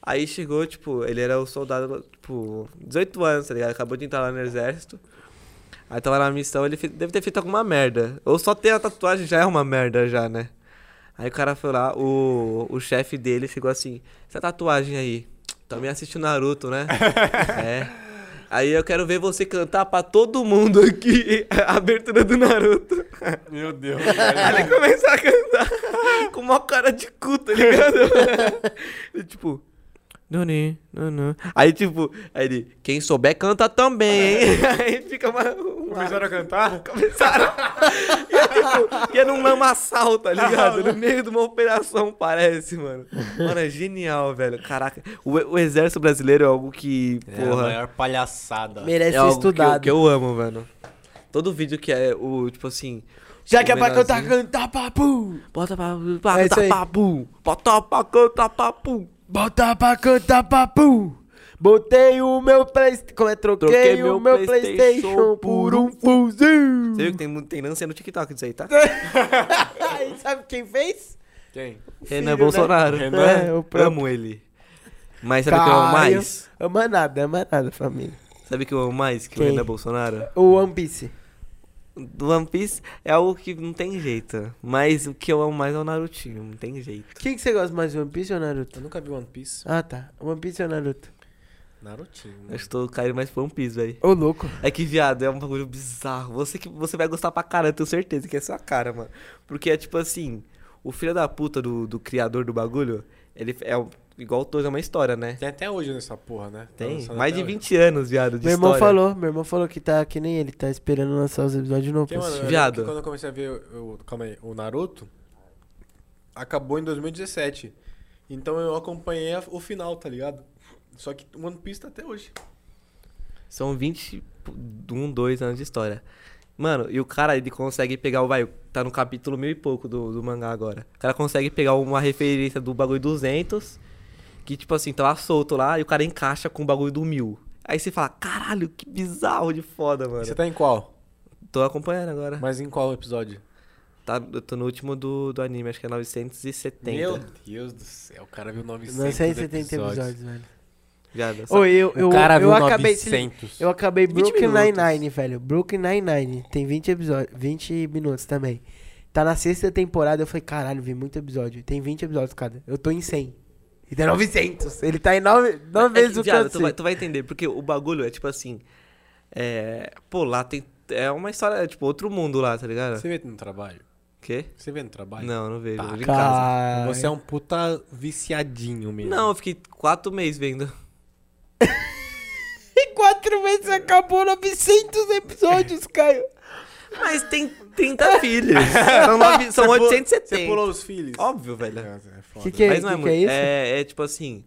S3: Aí chegou, tipo, ele era o soldado, tipo, 18 anos, tá ligado? Acabou de entrar lá no exército. Aí tava na missão, ele fe- deve ter feito alguma merda. Ou só ter a tatuagem já é uma merda, já, né? Aí o cara foi lá, o, o chefe dele chegou assim: Essa tatuagem aí, também assiste o Naruto, né? é. Aí eu quero ver você cantar pra todo mundo aqui a abertura do Naruto.
S2: Meu Deus.
S3: Aí ele começou a cantar com uma cara de cu, tá ligado? E, tipo. Noni, nonu. Aí, tipo, aí ele, quem souber canta também, hein? Aí fica uma. uma-
S2: Começaram a cantar?
S3: Começaram. e, é, tipo, e é num lamaçal, tá ligado? No meio de uma operação, parece, mano. Mano, é genial, velho. Caraca, o, o exército brasileiro é algo que.
S2: Porra.
S3: porra.
S2: maior palhaçada.
S1: Merece
S3: É
S1: ser
S3: algo que eu-
S1: estudado.
S3: Que, eu amo, mano. Todo vídeo que é o, tipo assim.
S1: Já
S3: o
S1: que é pra cantar,
S3: menorzinho,
S1: cantar papu.
S3: Bota pra, pra
S1: É isso
S3: cantar
S1: aí.
S3: papu. Bota pra cantar papu.
S1: Bota pra cantar papu. Botei o meu Playstation. Como é? Troquei,
S3: Troquei
S1: o
S3: meu
S1: meu PlayStation,
S3: PlayStation
S1: por
S3: por
S1: um fuzil.
S3: Você viu que tem, tem dança no TikTok disso aí, tá?
S1: E sabe quem fez?
S2: Quem?
S1: né?
S3: Renan Bolsonaro.
S1: Renan. É, o próprio.
S3: amo ele. Mas sabe o que eu amo
S1: Caio.
S3: mais?
S1: Ama nada, ama nada, família.
S3: Sabe o que eu amo mais que
S1: Quem?
S3: o Renan Bolsonaro?
S1: O One Piece.
S3: Do One Piece é algo que não tem jeito. Mas o que eu amo mais é o Narutinho, não tem jeito.
S1: Quem que você gosta mais, One Piece ou Naruto?
S2: Eu nunca vi One Piece.
S1: Ah, tá. One Piece ou Naruto?
S2: Narutinho. né?
S3: Eu estou caindo mais pro One Piece, velho.
S1: Ô, louco.
S3: É que, viado, é um bagulho bizarro. Você que você vai gostar pra caramba, eu tenho certeza que é sua cara, mano. Porque é tipo assim, o filho da puta do, do criador do bagulho, ele é o- igual o Toys, é uma história, né?
S2: Tem até hoje nessa porra, né? Tá
S3: Tem
S2: lançando
S3: mais
S2: até
S3: de
S2: hoje.
S3: 20 anos, viado, de
S1: Meu irmão
S3: história.
S1: falou, meu irmão falou que tá que nem ele, tá esperando lançar os episódios novos.
S2: Porque, mano, eu lembro
S3: Viado.
S2: que Quando eu comecei a ver o, o- calma aí, o Naruto, acabou em 2017. Então eu acompanhei a- o final, tá ligado? Só que One Piece tá até hoje.
S3: São 20, um, dois anos de história. Mano, e o cara, ele consegue pegar o. Vai, tá no capítulo mil e pouco do, do mangá agora. O cara consegue pegar uma referência do bagulho 200, que tipo assim, tava solto lá, e o cara encaixa com o bagulho do mil. Aí você fala, caralho, que bizarro de foda, mano.
S2: Você tá em qual?
S3: Tô acompanhando agora.
S2: Mas em qual episódio?
S3: Tá, eu tô no último do, do anime, acho que é 970.
S2: Meu Deus do céu, o cara viu 900
S1: 970
S2: episódios.
S1: episódios, velho.
S3: Viado, só-
S1: Oi, eu, eu,
S2: O cara
S1: eu
S2: viu
S1: acabei.
S2: 900.
S1: Eu acabei
S3: 20
S1: Brooklyn
S3: minutos.
S1: Nine-Nine, velho. Brooklyn Nine-Nine. Tem 20 episódios, 20 minutos também. Tá na sexta temporada, eu falei, caralho, vi muito episódio. Tem 20 episódios cada. Eu tô em 100. E tem 900. Ele tá em 9,
S3: É
S1: nove
S3: que,
S1: vezes o que eu
S3: viado, tu
S1: assisti.
S3: vai, tu vai entender, porque o bagulho é tipo assim. É. Pô, lá tem. É uma história, é, tipo, outro mundo lá, tá ligado?
S2: Você vê no trabalho?
S3: Quê?
S2: Você vê no trabalho?
S3: Não, não vejo.
S2: Tá,
S3: eu vejo em casa.
S1: Cara,
S2: Você é um puta viciadinho mesmo.
S3: Não, eu fiquei quatro meses vendo. É.
S1: Em quatro meses acabou 900 episódios, Caio.
S3: Mas tem 30 filhos. São, nove, são
S2: Você pu-
S3: 870.
S2: Você pulou os filhos.
S3: Óbvio, né? velho.
S2: É, é foda.
S1: Que que é?
S3: Mas não é
S1: que
S3: muito.
S1: é isso?
S3: É, é tipo assim.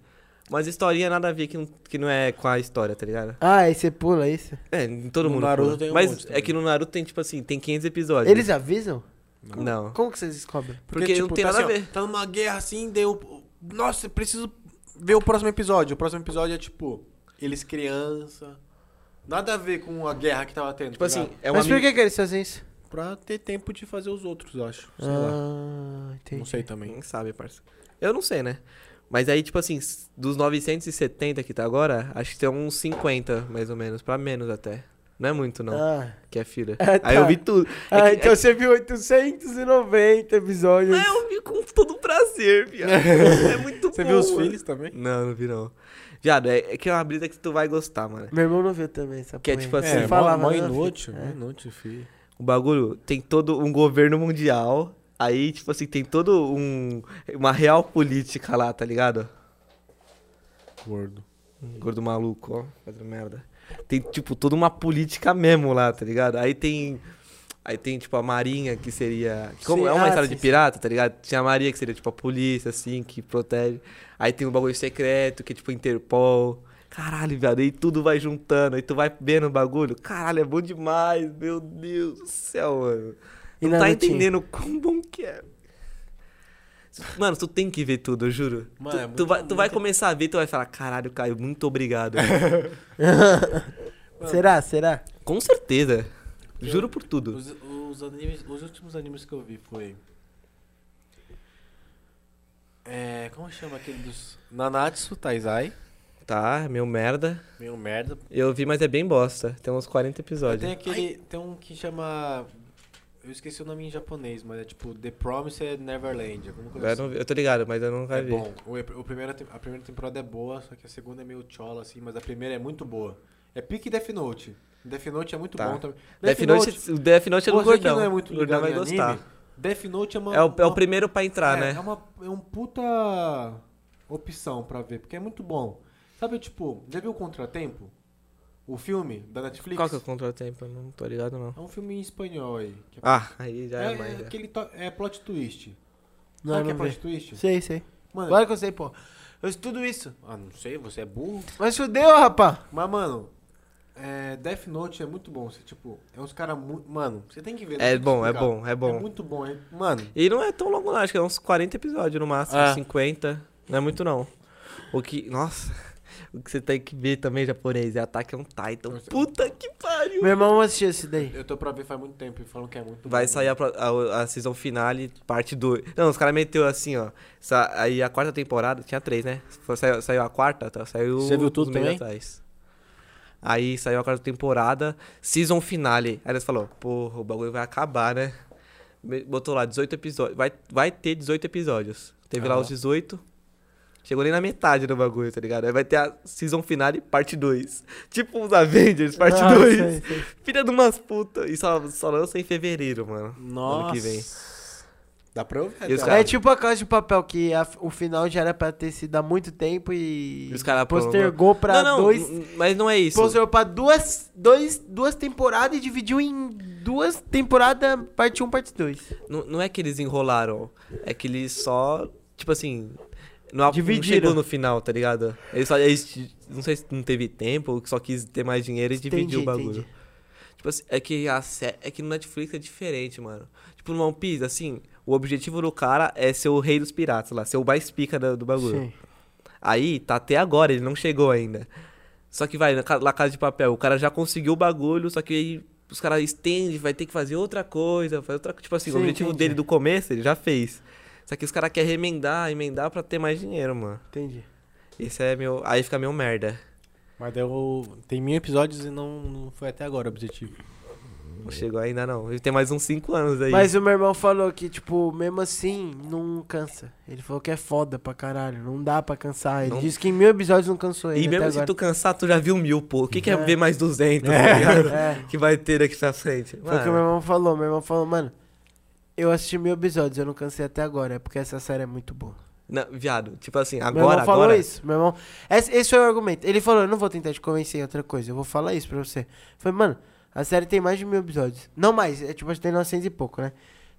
S3: Umas historinhas nada a ver que não, que não é com a história, tá ligado?
S1: Ah, aí você pula isso.
S3: É, em todo
S2: No
S3: mundo.
S2: Naruto
S3: pula.
S2: tem um
S3: Mas
S2: monte
S3: é que no Naruto tem, tipo assim, tem 500 episódios.
S1: Eles avisam?
S3: Não.
S1: Como que vocês descobrem?
S3: Porque não tem
S2: tá
S3: nada a
S2: assim, ó,
S3: ver.
S2: Tá numa guerra assim, deu. Nossa, eu preciso ver o próximo episódio. O próximo episódio é tipo. Eles criança. Nada a ver com a guerra que tava tendo.
S3: Tipo
S2: tá
S3: assim,
S2: ligado?
S3: é uma.
S1: Mas por que, que eles fazem isso?
S2: Pra ter tempo de fazer os outros, eu acho. Sei lá.
S1: ah, entendi.
S2: Não sei também.
S3: Quem sabe, parça. Eu não sei, né? Mas aí, tipo assim, s- dos 970 que tá agora, acho que tem uns 50, mais ou menos, pra menos até. Não é muito, não,
S1: Ah.
S3: que é filha.
S1: Ah,
S3: Aí eu
S1: tá.
S3: vi tudo. É
S1: Ah,
S3: que-
S1: então você viu 890 episódios.
S3: Mas eu vi com todo prazer, viado. É muito
S2: Você
S3: bom.
S2: viu os
S3: mano.
S2: filhos também?
S3: Não, não vi, não. Viado, é, é que é uma brisa que tu vai gostar, mano.
S1: Meu irmão não viu também essa
S3: Que é
S1: porra aí.
S3: tipo assim,
S1: Ele
S3: mó-
S1: falava,
S2: mó
S1: né,
S2: inútil,
S1: filho?
S3: É.
S2: mó inútil, filho.
S3: O bagulho tem todo um governo mundial. Aí, tipo assim, tem todo um. Uma real política lá, tá ligado?
S2: Gordo.
S3: Gordo maluco, ó, fazendo merda. Tem, tipo, toda uma política mesmo lá, tá ligado? Aí tem. Aí tem, tipo, a marinha, que seria. Como
S1: Sim,
S3: é uma
S1: ah,
S3: história
S1: sim,
S3: de
S1: sim.
S3: pirata, tá ligado? Tinha a marinha, que seria, tipo, a polícia, assim, que protege. Aí tem o bagulho secreto, que é, tipo, Interpol. Caralho, viado, aí tudo vai juntando, aí tu vai vendo o bagulho. Caralho, é bom demais, meu Deus do céu, mano.
S1: E
S3: Não tá
S1: Narutinho?
S3: entendendo quão bom que é. Mano, tu tem que ver tudo, eu juro.
S2: Mano,
S3: tu,
S2: é
S3: tu
S2: muito-
S3: vai, tu vai começar a ver, tu vai falar, caralho, Caio, muito obrigado.
S1: Será? Será?
S3: Com certeza. Juro por tudo.
S2: Os, os animes, os últimos animes que eu vi foi. É, como chama aquele dos. Nanatsu Taizai.
S3: Tá, meu merda.
S2: Meio merda.
S3: Eu vi, mas é bem bosta. Tem uns 40 episódios.
S2: Tem aquele. Tem um que chama. Eu esqueci o nome em japonês, mas é tipo The Promised Neverland. Alguma coisa assim.
S3: Eu, não vi- eu tô ligado, mas eu não vai
S2: É
S3: ver.
S2: bom. O, ep- o primeiro, tem- a primeira temporada é boa, só que a segunda é meio chola, assim, mas a primeira é muito boa. É pique Death Note. Death Note é muito
S3: Tá.
S2: bom também.
S3: Death Note, o Death Note é do
S2: você que
S3: gordão.
S2: não é muito
S3: o gordão
S2: ligado
S3: vai
S2: em anime,
S3: gostar.
S2: Death Note é uma...
S3: É o, é o
S2: uma-
S3: primeiro pra entrar,
S2: é,
S3: né?
S2: É, uma, é um puta opção pra ver, porque é muito bom. Sabe, tipo, já viu o Contratempo? O filme da Netflix?
S3: Qual que é o contratempo? Eu Não tô ligado, não.
S2: É um filme em espanhol aí. que é-
S3: Ah, aí já
S2: é,
S3: é, mais.
S2: é
S3: já.
S2: aquele to- é plot twist.
S1: Não,
S2: Sabe o que é
S1: não
S2: plot
S1: vi.
S2: twist?
S1: Sei, sei.
S2: Mano,
S1: Claro que eu sei, pô. Eu estudo isso.
S2: ah, não sei, você é burro.
S1: Mas fudeu, rapá.
S2: Mas, mano, é, Death Note é muito bom. Você, tipo, é uns caras muito... Mano, você tem que ver. não
S3: É
S2: tem que
S3: bom, é
S2: explicar.
S3: bom, é bom.
S2: É muito bom, é... Mano...
S3: E não é tão longo, não. Acho que é uns 40 episódios no máximo,
S2: É.
S3: 50. Não é muito, não. O que. Nossa. O que você tem que ver também, japonês, é Ataque on Titan. Puta que pariu!
S1: Meu irmão assistiu esse daí.
S2: Eu tô pra ver faz muito tempo e falam que é muito
S3: Vai
S2: bom.
S3: sair a, pro- a, a season finale, parte 2. Não, os caras meteu assim, ó. Sa- aí a quarta temporada, tinha três, né? Foi- saiu, saiu a quarta, tá? saiu.
S2: Você viu tudo
S3: uns meses
S2: também?
S3: atrás. Aí saiu a quarta temporada, season finale. Aí eles falaram, porra, o bagulho vai acabar, né? Me- Botou lá 18 episódios. Vai, vai ter 18 episódios. Teve lá
S2: Ah.
S3: os 18. Chegou nem na metade do bagulho, tá ligado? Aí vai ter a season finale, parte 2. Tipo os Avengers, parte
S1: Ah,
S3: 2.
S1: sei, sei.
S3: Filha de umas putas. E só, só lança em fevereiro, mano.
S2: Nossa.
S3: Ano que vem.
S2: Dá pra ouvir.
S3: E os
S2: até.
S3: Cara.
S1: É tipo a Casa de Papel, que a- o final já era pra ter sido há muito tempo e...
S3: E os cara
S1: Postergou pra
S3: não, não,
S1: dois...
S3: n- Mas não é isso.
S1: Postergou pra duas, dois, duas temporadas e dividiu em duas temporadas, parte 1, parte 2.
S3: Não, não é que eles enrolaram. É que eles só. Tipo assim. Não, não
S1: Dividiram.
S3: chegou no final, tá ligado? Eles só. eles- não sei se não teve tempo ou que só quis ter mais dinheiro e dividiu o bagulho. Tipo assim, é que, a sé... é que no Netflix é diferente, mano. Tipo, no One Piece, assim, o objetivo do cara é ser o rei dos piratas lá, ser o mais pica do, do bagulho.
S1: Sim.
S3: Aí, tá até agora, ele não chegou ainda. Só que vai, na ca- La Casa de Papel, o cara já conseguiu o bagulho, só que aí os caras estendem, vai ter que fazer outra coisa, fazer outra Tipo assim,
S1: Sim,
S3: o objetivo
S1: entendi.
S3: dele do começo, ele já fez. Só que os caras querem remendar, emendar pra ter mais dinheiro, mano.
S1: Entendi.
S3: Esse é meu. Aí fica meio merda.
S2: Mas deu... tem mil episódios e não, não foi até agora o objetivo.
S3: Não chegou ainda, não. Ele tem mais uns 5 anos aí.
S1: Mas o meu irmão falou que, tipo, mesmo assim, não cansa. Ele falou que é foda pra caralho, não dá pra cansar. Ele
S3: Não-
S1: disse que em mil episódios não cansou ele
S3: E mesmo
S1: um
S3: assim
S1: até
S3: se
S1: agora.
S3: tu cansar, tu já viu mil, pô. O que, que é,
S1: É.
S3: ver mais 200, tá ligado?
S1: É,
S3: Que vai ter daqui pra frente.
S1: foi o que
S3: Mano,
S1: meu irmão falou. Meu irmão falou, mano, eu assisti mil episódios, eu não cansei até agora, é porque essa série é muito boa.
S3: não, viado, tipo assim, agora,
S1: meu irmão falou
S3: agora.
S1: isso, meu irmão. Esse, esse foi o argumento. Ele falou, eu não vou tentar te convencer em outra coisa, eu vou falar isso pra você. Foi, mano, A série tem mais de mil episódios. Não mais, é tipo, acho que tem 900 e pouco, né?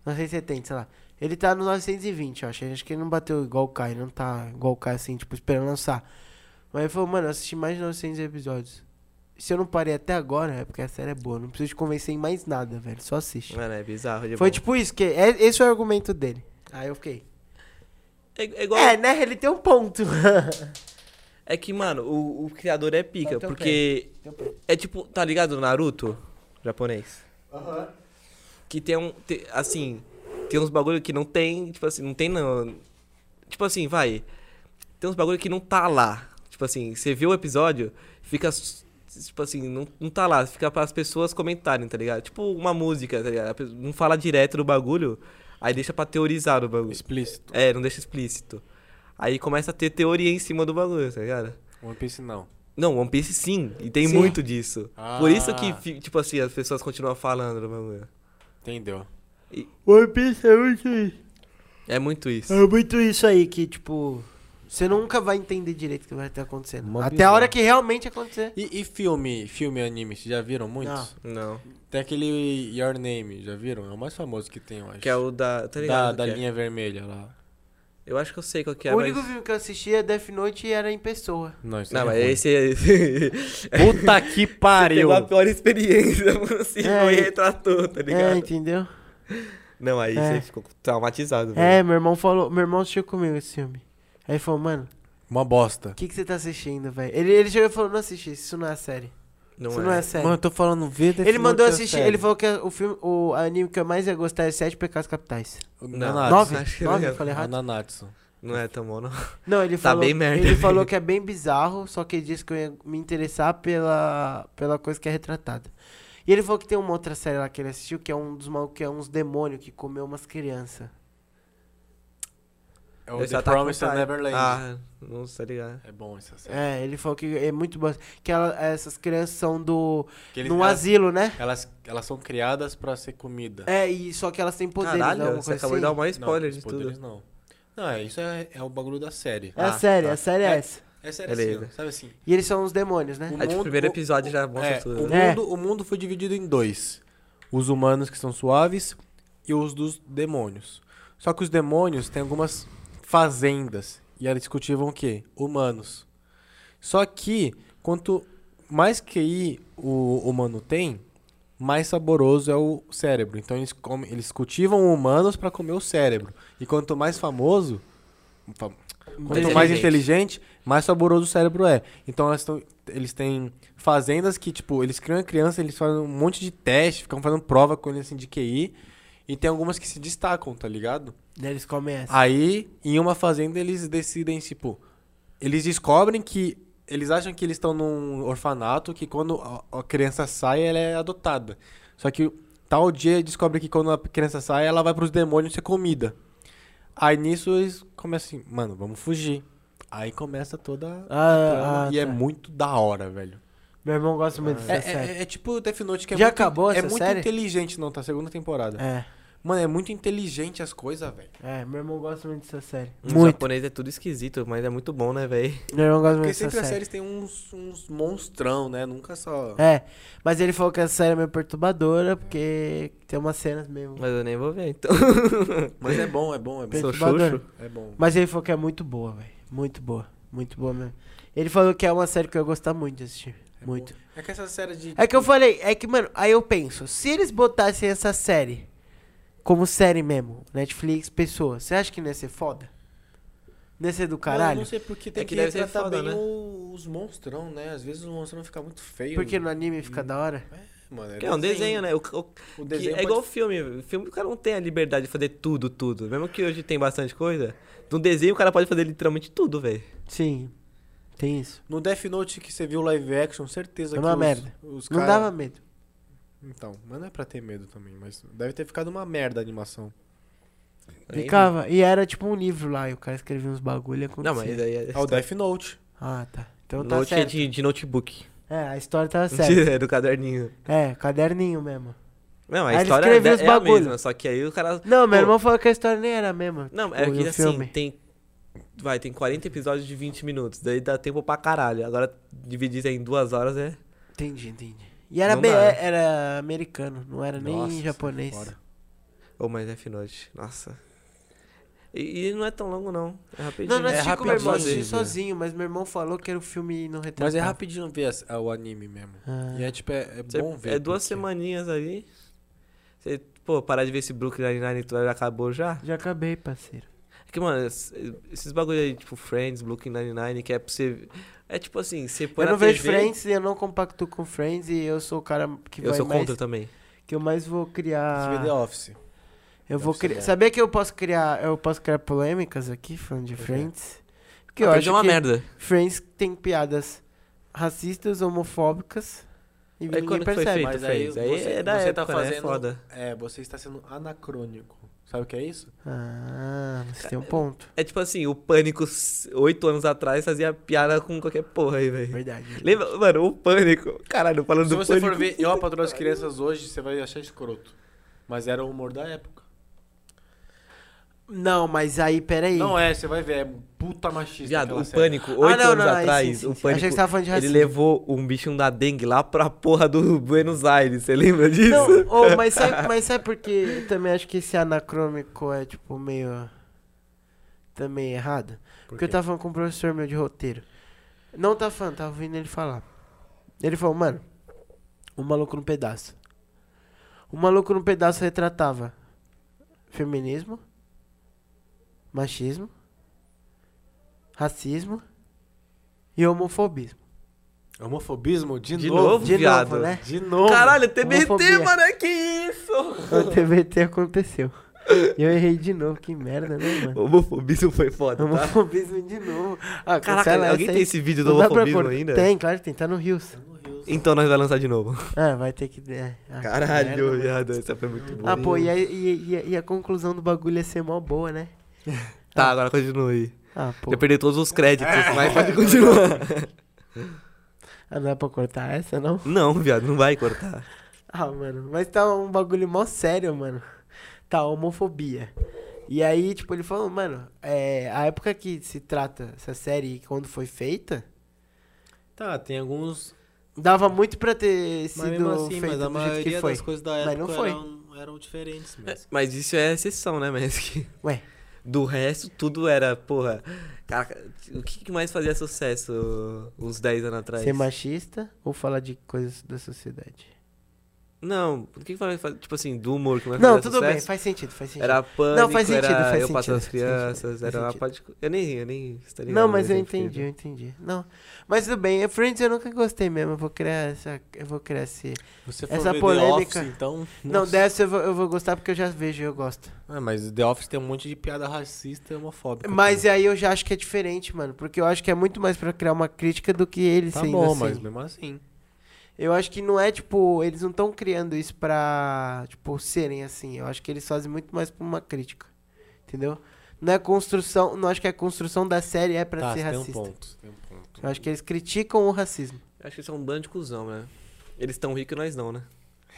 S1: 970, sei lá. Ele tá no 920, eu acho. Acho que ele não bateu igual o Kai, não tá igual o Kai, assim, tipo, esperando lançar. Mas ele falou, mano, eu assisti mais de 900 episódios. Se eu não parei até agora, é porque a série é boa. Não preciso te convencer em mais nada, velho. Só assiste.
S3: Mano, é bizarro. de
S1: Foi
S3: bom.
S1: tipo isso, que é, esse é o argumento dele. Aí eu fiquei.
S3: É, é igual.
S1: É,
S3: É,
S1: né? Ele tem um ponto.
S3: que, mano, o, o criador é pica,
S1: Tá, teu
S3: porque. É tipo, tá ligado o Naruto? Japonês.
S2: Aham.
S3: Que tem um. te- assim, tem uns bagulho que não tem. Tipo assim, não tem não. Tipo assim, vai. Tem uns bagulho que não tá lá. Tipo assim, você vê o episódio, fica. s- Tipo assim, não, não tá lá, fica pras pessoas comentarem, tá ligado? Tipo uma música, tá ligado? A pessoa Não fala direto do bagulho, aí deixa pra teorizar o bagulho.
S2: Explícito.
S3: É, não deixa explícito. Aí começa a ter teoria em cima do bagulho, tá ligado?
S2: One Piece não.
S3: Não, One Piece sim, e tem
S1: Sim.
S3: muito disso.
S2: Ah.
S3: Por isso que, fi- tipo assim, as pessoas continuam falando do bagulho.
S2: Entendeu?
S1: One Piece é muito isso.
S3: É muito isso.
S1: É muito isso aí que, tipo. Você nunca vai entender direito o que vai estar acontecendo.
S2: Uma
S1: Até a
S2: visão.
S1: hora que realmente acontecer.
S2: E, e filme, filme e anime, vocês já viram muitos?
S3: Não.
S2: Tem aquele Your Name, já viram? É o mais famoso que tem, eu acho.
S3: Que é o da. Tá
S2: da,
S3: ligado?
S2: da
S3: que é.
S2: linha vermelha lá.
S3: Eu acho que eu sei qual que é,
S1: o
S3: mas.
S1: único filme que eu assistia, Death Note, era em pessoa.
S2: Não, isso
S3: Não,
S2: aí
S3: mas
S2: é
S3: esse é.
S2: ruim. Puta que pariu!
S3: Pegou a pior experiência, mano. Assim,
S1: É.
S3: não retratou, tá
S1: É,
S3: ligado?
S1: entendeu?
S3: Não, aí
S1: É.
S3: você ficou traumatizado,
S1: É,
S3: velho.
S1: meu irmão falou. Meu irmão assistiu comigo esse filme. Aí ele falou, mano,
S2: Uma bosta.
S1: o que, que você tá assistindo, velho? Ele, ele chegou e falou, não assisti, isso não é série.
S3: Não
S1: isso
S3: é.
S1: não é série.
S2: Mano, eu tô falando vê Death
S1: ele mandou
S2: Note é
S1: assistir,
S2: sério.
S1: ele falou que o filme, o anime que eu mais ia gostar é Sete Pecados Capitais.
S3: Não.
S2: Nanatsu.
S1: né? Nove?
S3: acho que
S1: Nove?
S3: não é.
S1: Eu Falei errado?
S2: Nanatsu.
S3: Não é tão bom, não.
S1: Não, ele
S3: Tá
S1: falou.
S3: bem merda,
S1: Ele
S3: velho.
S1: falou que é bem bizarro, só que ele disse que eu ia me interessar pela, pela coisa que é retratada. E ele falou que tem uma outra série lá que ele assistiu, que é um dos malucos que é uns demônios que comeu umas crianças.
S2: É o
S3: Esse
S2: The
S3: Attack on
S2: Promised
S3: Titan.
S2: Neverland.
S3: tá Ah, não sei, tá ligado?
S2: É bom essa série.
S1: É, ele falou que é muito bom. Que ela- essas crianças são do.
S2: Que eles-
S1: num
S2: elas,
S1: asilo, né?
S2: elas, elas são criadas pra ser comida.
S1: É, e só que elas têm poderes,
S3: Caralho,
S1: alguma
S3: você
S1: coisa
S3: acabou
S1: assim.
S3: de dar o maior
S2: Não,
S3: spoiler
S2: os
S3: de
S2: poderes
S3: tudo.
S2: Não, não é, isso é, é o bagulho da série.
S1: É a
S3: Ah,
S1: série,
S3: tá.
S1: a série é,
S2: É.
S1: essa.
S2: É série
S3: Beleza.
S2: assim, ó, sabe assim?
S1: E eles são os demônios, né?
S2: O
S3: É, tipo, o
S2: mundo-
S3: primeiro
S2: o-
S3: episódio já mostra
S2: É,
S3: tudo.
S2: o,
S1: né?
S2: mundo, o mundo foi dividido em dois: os humanos que são suaves e os dos demônios. Só que os demônios têm algumas fazendas e eles cultivam o quê? Humanos. Só que quanto mais QI o humano tem, mais saboroso é o cérebro. Então eles, comem, eles cultivam humanos para comer o cérebro. E quanto mais famoso, fa- Quanto mais inteligente, mais saboroso o cérebro é. Então elas tão- eles têm fazendas que, tipo, eles criam a criança, eles fazem um monte de teste, ficam fazendo prova com ele assim de QI. E tem algumas que se destacam, tá ligado?
S1: Daí eles comem essa.
S2: Assim. Aí, em uma fazenda, eles decidem, tipo. Eles descobrem que. Eles acham que eles estão num orfanato que quando a, a criança sai, ela é adotada. Só que tal dia descobre que quando a criança sai, ela vai pros demônios ser comida. Aí nisso eles começam assim, mano, vamos fugir. Aí começa toda a
S1: Ah,
S2: trama
S1: ah,
S2: e é
S1: tá.
S2: muito da hora, velho.
S1: Meu irmão gosta muito
S2: É,
S1: dessa série.
S2: é, é tipo o Death Note que é
S1: Já
S2: muito,
S1: acabou
S2: é
S1: essa
S2: muito
S1: série?
S2: inteligente, não, tá? Segunda temporada.
S1: É,
S2: Mano, é muito inteligente as coisas, velho.
S1: é, meu irmão gosta muito dessa série.
S3: O
S1: Muito.
S3: japonês é tudo esquisito, mas é muito bom, né, velho?
S1: Meu irmão gosta muito
S2: Porque
S1: dessa
S2: sempre as
S1: série.
S2: séries têm uns, uns monstrão, né? Nunca só.
S1: É, mas ele falou que essa série é meio perturbadora, porque tem umas cenas meio
S3: Mas eu nem vou ver, então.
S2: Mas é bom, é bom, é bom.
S3: Sou
S1: perturbadoras.
S3: xoxo.
S2: É bom.
S1: Mas ele falou que é muito boa, velho. Muito boa. Muito boa mesmo. Ele falou que é uma série que eu ia gostar muito de assistir. muito.
S2: É que essa série de.
S1: É que eu falei, é que, mano, aí eu penso, se eles botassem essa série como série mesmo, Netflix, pessoa, você acha que não ia ser foda? Não ia ser do
S2: Eu
S1: caralho?
S2: não sei porque tem
S3: É que
S2: que,
S3: deve ser
S2: tratar
S3: foda,
S2: bem
S3: né?
S2: o- os monstrão, né? Às vezes o monstrão fica muito feio. né,
S1: porque é- no anime fica da hora.
S2: Mano,
S3: É um desenho, né? O, o-
S2: O
S3: que
S2: desenho
S3: é igual filme. Filme o cara não tem a liberdade de fazer tudo, tudo. Mesmo que hoje tem bastante coisa, no desenho o cara pode fazer literalmente tudo, velho.
S1: Sim. Tem isso.
S2: No Death Note que você viu live action, certeza
S1: É
S2: que
S1: uma
S2: os,
S1: merda.
S2: os
S1: Não
S2: cara-
S1: dava medo.
S2: Então, mas não é pra ter medo também, mas deve ter ficado uma merda a animação.
S1: Ficava. E era tipo um livro lá, e o cara escrevia uns bagulho e
S3: Não,
S1: acontecia.
S3: mas aí é.
S2: É o Death Note.
S1: Ah, tá. Então tá
S3: Note é
S1: certo.
S3: de, de notebook.
S1: É, a história tava certa.
S3: É do caderninho.
S1: É, caderninho mesmo.
S3: Não, a
S1: Aí ele
S3: história
S1: escrevia
S3: é,
S1: os
S3: é a
S1: bagulho.
S3: mesma, só que aí o cara.
S1: Não, meu
S3: Pô.
S1: irmão falou que a história nem era a mesma.
S3: Não, é
S1: Pô, e
S3: que
S1: o
S3: assim,
S1: filme?
S3: tem. Vai, tem 40 episódios de 20 minutos. Daí dá tempo pra caralho. Agora dividir em duas horas é.
S1: Entendi, entendi. E era,
S3: Não
S1: BR,
S3: dá, né?
S1: era americano, não era nem
S2: Nossa,
S1: japonês.
S2: fora.
S3: Ou mais F noite. Nossa. E, e não é tão longo, não. É rapidinho.
S1: Não, não
S3: é
S1: assisti com meu irmão,
S3: rapidinho.
S1: assisti
S2: rapidinho.
S1: sozinho, mas meu irmão falou que era o filme no retratado.
S2: Mas é rapidinho ver as- o anime mesmo.
S1: Ah.
S2: E é tipo, é, é
S3: Você-
S2: bom ver.
S3: é duas
S2: porque-
S3: semaninhas ali. Você, pô, parar de ver esse Brooklyn Nine-Nine tu acabou já?
S1: Já acabei, parceiro.
S3: É que, mano, es- esses bagulho aí, tipo Friends, Brooklyn Nine-Nine, que é pra você... É tipo assim, você põe
S1: eu
S3: na
S1: não vejo
S3: TV,
S1: Friends, eu não compacto com Friends e eu sou o cara que
S3: Eu
S1: vai
S3: sou
S1: mais...
S3: contra também. é
S1: Que eu mais vou
S2: Você vê
S1: criar...
S2: The Office.
S1: Eu vou
S2: Deve ser
S1: criar...
S2: bom.
S1: Sabia que eu posso criar... Eu posso criar polêmicas aqui, falando de
S2: Pois é.
S1: Friends? Porque
S3: Que
S1: eu acho
S3: uma
S1: que é
S3: merda.
S1: Friends tem piadas racistas, homofóbicas... E
S3: Aí
S1: ninguém
S3: quando que foi
S1: percebe.
S3: feito
S2: Mas aí
S3: Friends? Aí,
S2: você-
S3: é da
S2: você tá
S3: época, né? É
S2: fazendo-
S3: foda.
S2: É, você está sendo anacrônico. Sabe o que é isso?
S1: Ah, você tem um ponto.
S3: É tipo assim, o Pânico, s- oito anos atrás, fazia piada com qualquer porra aí, velho.
S1: Verdade.
S3: Lembra, mano, o Pânico. Caralho, falando
S2: Se
S3: do
S2: você
S3: Pânico.
S2: for ver Eu, a Patroa das Crianças hoje, você vai achar escroto. Mas era o humor da época.
S1: Não, mas aí, peraí.
S2: Não é, você vai ver, é puta machista.
S3: Viado,
S2: aquela
S3: o
S2: série.
S3: Pânico, oito
S1: Ah, não,
S3: anos
S1: não, aí sim,
S3: atrás,
S1: sim, sim.
S3: o
S1: Achei
S3: Pânico,
S1: que você tava falando de
S3: ele
S1: racismo.
S3: levou um bichinho da dengue lá pra porra do Buenos Aires, você lembra disso?
S1: Não, ô, mas, sabe, mas sabe porque eu também acho que esse anacrônico é, tipo, meio. Também errado? Porque eu tava falando com um professor meu de roteiro. Não tá falando, tava ouvindo ele falar. Ele falou, mano, o maluco no pedaço. O maluco no pedaço retratava feminismo, machismo, racismo e homofobismo.
S2: É Homofobismo de,
S3: De
S2: novo. É.
S3: novo,
S1: de
S3: viado.
S1: novo, né?
S2: De novo.
S3: Caralho, TBT,
S1: Homofobia.
S3: mano, é que isso?
S1: O TBT aconteceu. E eu errei de novo, que merda, né, mano?
S3: Homofobismo foi foda, tá?
S1: Homofobismo de novo. Ah,
S3: Caraca,
S1: cancela
S3: alguém
S1: essa
S3: tem
S1: aí.
S3: esse vídeo do
S1: Não dá pra
S3: homofobismo
S1: pôr.
S3: ainda?
S1: Tem, claro que tem. Tá no Rios.
S3: Então nós vamos lançar de novo.
S1: Ah, vai ter que... É. Ah, que merda,
S3: Caralho,
S1: mano.
S3: viado, essa foi muito boa.
S1: Ah, pô, e a, e- e a- e a conclusão do bagulho ia ser mó boa, né?
S3: Tá, agora continua aí.
S1: Ah, pô.
S3: Já perdi todos os créditos, mas pode continuar.
S1: Ah, não é pra cortar essa, não?
S3: Não, viado, não vai cortar.
S1: Ah, mano, mas tá um bagulho mó sério, mano. Tá, homofobia. E aí, tipo, ele falou, mano, é, a época que se trata essa série, quando foi feita,
S2: Tá, tem alguns.
S1: dava muito pra ter sido
S2: Mas mesmo assim,
S1: feito
S2: mas a
S1: do jeito que
S2: maioria
S1: foi.
S2: das coisas da
S1: Mas
S2: época
S1: não foi.
S2: Eram, eram diferentes mesmo.
S3: Mas isso é exceção, né, mas que...
S1: Ué,
S3: Do resto, tudo era, porra. Caraca, o que que mais fazia sucesso uns 10 anos atrás?
S1: ser machista ou falar de coisas da sociedade?
S3: Não, o que que mais fazia, tipo assim, do humor que mais
S1: Não,
S3: fazia
S1: tudo
S3: sucesso?
S1: bem, faz sentido, faz sentido.
S3: Era pânico,
S1: Não, faz sentido,
S3: era
S1: faz
S3: eu
S1: sentido,
S3: pato as
S1: faz sentido,
S3: crianças,
S1: faz
S3: era uma
S1: sentido.
S3: parte... Eu nem, eu nem... Tá ligado,
S1: Não, mas eu
S3: exemplo que
S1: entendi, eu
S3: dei.
S1: entendi. Não. Mas tudo bem, é Friends eu nunca gostei mesmo. Eu vou criar essa. Eu vou criar esse.
S2: Você
S1: Essa
S2: ver
S1: polêmica-
S2: The Office, então.
S1: Não, dessa eu vou, eu vou gostar porque eu já vejo e eu gosto.
S2: Ah, mas The Office tem um monte de piada racista e homofóbica.
S1: Mas aí eu já acho que é diferente, mano. Porque eu acho que é muito mais pra criar uma crítica do que eles
S2: Tá
S1: sendo
S2: bom,
S1: assim.
S2: mas mesmo assim.
S1: Eu acho que não é tipo. Eles não estão criando isso pra. Tipo, serem assim. Eu acho que eles fazem muito mais pra uma crítica. Entendeu? Não é construção. Não acho que a construção da série é pra
S2: tá,
S1: ser
S2: você tem um
S1: racista.
S2: ponto. você Tem um ponto.
S1: Eu acho que eles criticam o racismo.
S3: Acho que isso é um bando de cuzão, né? Eles tão ricos e nós não, né?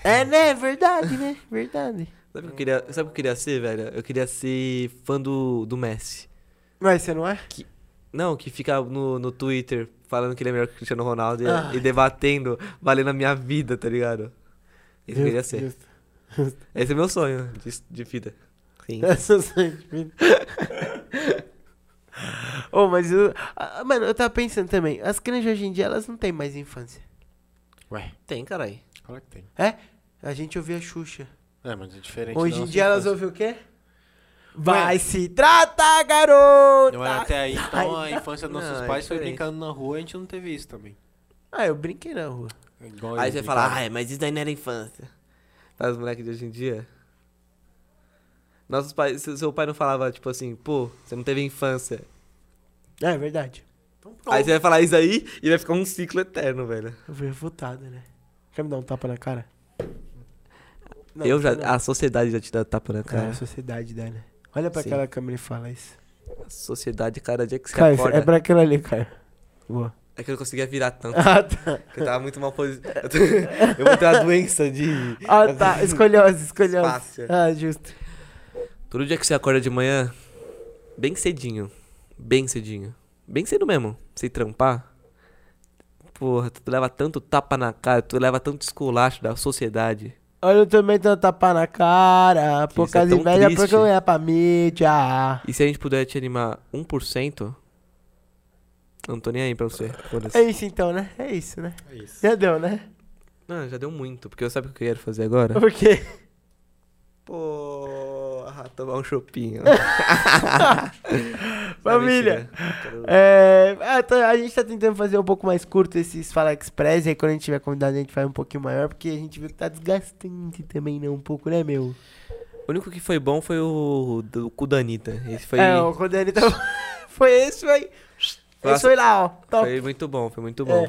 S1: É, né? Verdade, né? Verdade.
S3: Sabe o que eu queria, sabe o que eu queria ser, velho? Eu queria ser fã do, do Messi.
S1: Mas você não é?
S3: Não, que fica no, no Twitter falando que ele é melhor que o Cristiano Ronaldo e,
S1: Ah.
S3: e debatendo, valendo a minha vida, tá ligado? Isso eu queria
S1: Justo,
S3: ser.
S1: justo.
S3: Esse é meu sonho de, de vida. Sim.
S1: Essa sempre. Ô, mas eu, ah, mano, eu tava pensando também. As crianças hoje em dia, elas não têm mais infância.
S2: Ué,
S3: Tem, carai.
S2: claro que tem.
S1: É? A gente ouvia a Xuxa.
S2: É, mas é diferente.
S1: Hoje
S2: da
S1: em
S2: nossa
S1: dia, elas
S2: infância.
S1: ouvem o quê?
S3: é?
S1: Vai se tratar, garota!
S2: Não era até aí, então a infância dos
S3: Não,
S2: nossos
S3: é
S2: pais foi
S3: diferente.
S2: brincando na rua, a gente não teve isso também. É
S1: Ah, eu brinquei na rua.
S2: Igual
S3: Aí
S2: eu
S3: você
S2: brincava.
S3: fala, ah, mas isso daí não era infância. Tá, os moleques de hoje em dia. Nossos pais, seu seu pai não falava, tipo assim, pô, você não teve infância.
S1: É, é verdade.
S2: Então, pronto.
S3: Aí você vai falar isso aí e vai ficar um ciclo eterno, velho.
S1: Eu fui refutado, né? Quer me dar um tapa na cara? Não,
S3: Eu já,
S1: não.
S3: a sociedade já te dá tapa na
S1: Cara, É a
S3: cara.
S1: sociedade dá, né? Olha pra
S3: Sim.
S1: aquela câmera e fala isso.
S3: A sociedade, cada dia que você
S1: Cara,
S3: acorda.
S1: é pra aquela ali, cara. Boa.
S3: É que eu não conseguia virar tanto.
S1: Ah, tá.
S3: que eu tava muito mal posicionado. Eu, tô- eu vou ter uma doença de.
S1: Ah, tá. Escolhose, escolhose.
S3: Fácil.
S1: Ah, justo.
S3: Todo dia que você acorda de manhã, bem cedinho. Bem cedinho. Bem cedo mesmo. Sem trampar. Porra, tu leva tanto tapa na cara, tu leva tanto esculacho da sociedade.
S1: Olha, eu também tô tapa na cara, por
S3: isso é
S1: causa de
S3: tão
S1: inveja,
S3: triste.
S1: porque eu ia pra mídia.
S3: E se a gente puder te animar 1%, eu não tô nem aí pra você.
S1: É
S3: Foda-se.
S1: isso então, né? É isso, né?
S2: É isso.
S1: Já deu, né?
S3: Não, já deu muito, porque eu sabe o que eu quero fazer agora?
S1: Por quê?
S3: Porra, tomar um chopinho. né?
S1: Família. É, ah, tá, a gente tá tentando fazer um pouco mais curto esses Fala Express, e aí quando a gente tiver convidado a gente faz um pouquinho maior, porque a gente viu que tá desgastante também, né? Um pouco, né, meu?
S3: O único que foi bom foi o do com o Danita. Esse foi,
S1: É, o quando ele tava... Foi esse, foi... Esse foi lá, ó. Top. É.
S3: foi muito bom, foi muito bom.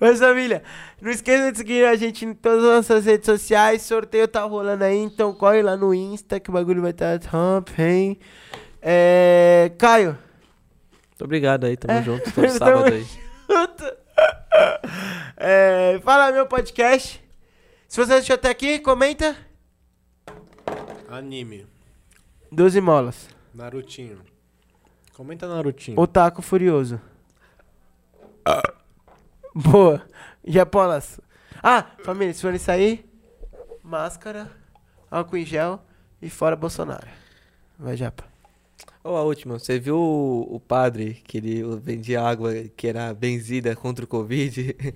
S1: Mas família, não esqueça de seguir a gente em todas as nossas redes sociais. Sorteio tá rolando aí, então corre lá no Insta que o bagulho vai estar tá top, hein? É, Caio,
S3: Muito obrigado aí, tamo
S1: É,
S3: junto. Todo
S1: tamo
S3: sábado aí.
S1: junto. É, fala meu podcast. Se você assistiu até aqui, comenta.
S2: Anime.
S1: 12 molas.
S2: Narutinho. Comenta Narutinho.
S1: Otaku Furioso. Boa. Japolas. Ah, família, se forem sair, máscara, álcool em gel e fora Bolsonaro. Vai, Japa.
S3: Ô, a última, você viu o, o padre que ele vendia água que era benzida contra o Covid? ele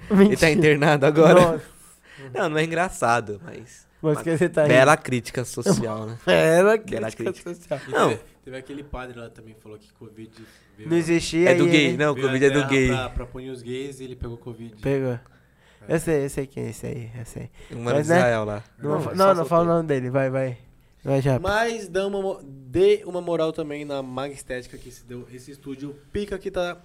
S3: tá
S1: Mentira.
S3: internado agora?
S1: Nossa,
S3: Não, não é engraçado, mas.
S1: mas
S3: Mas
S1: que você tá
S3: bela crítica social, né?
S1: rindo. Bela
S3: Bela
S1: crítica
S3: crítica.
S1: social.
S2: E
S3: Não.
S2: Teve, teve aquele padre lá também que falou que Covid. veio-
S1: Não existia
S3: é do
S1: e
S3: gay,
S1: ele
S3: não, o
S2: veio a
S3: Covid é do
S2: guerra
S3: gay.
S2: Pra, pra punir os gays e ele pegou Covid.
S1: Pegou. Eu sei, eu sei quem é esse aí, eu sei.
S3: Um mano de
S1: Mas, né?
S3: Israel lá.
S1: Não,
S2: Não,
S1: fa-
S2: ele
S1: não,
S2: só
S1: não
S2: soltou.
S1: fala o nome dele, vai, vai. Vai,
S3: É.
S1: Japa.
S2: Mas dá uma, mo- dê uma moral também na Mag Estética que se deu esse estúdio pica que tá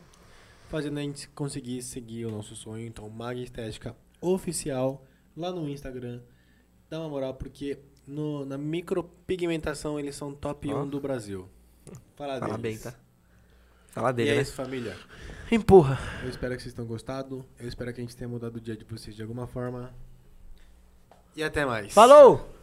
S2: fazendo a gente conseguir seguir o nosso sonho. Então, Mag Estética oficial lá no Instagram. Dá uma moral porque no, na micropigmentação eles são top
S3: Ó.
S2: 1 do Brasil. Fala
S3: Fala bem,
S2: deles.
S3: tá? Fala
S2: E
S3: dele,
S2: é
S3: né?
S2: isso, família.
S1: Empurra.
S2: Eu espero que vocês tenham gostado. Eu espero que a gente tenha mudado o dia de vocês de alguma forma. E até mais.
S1: Falou!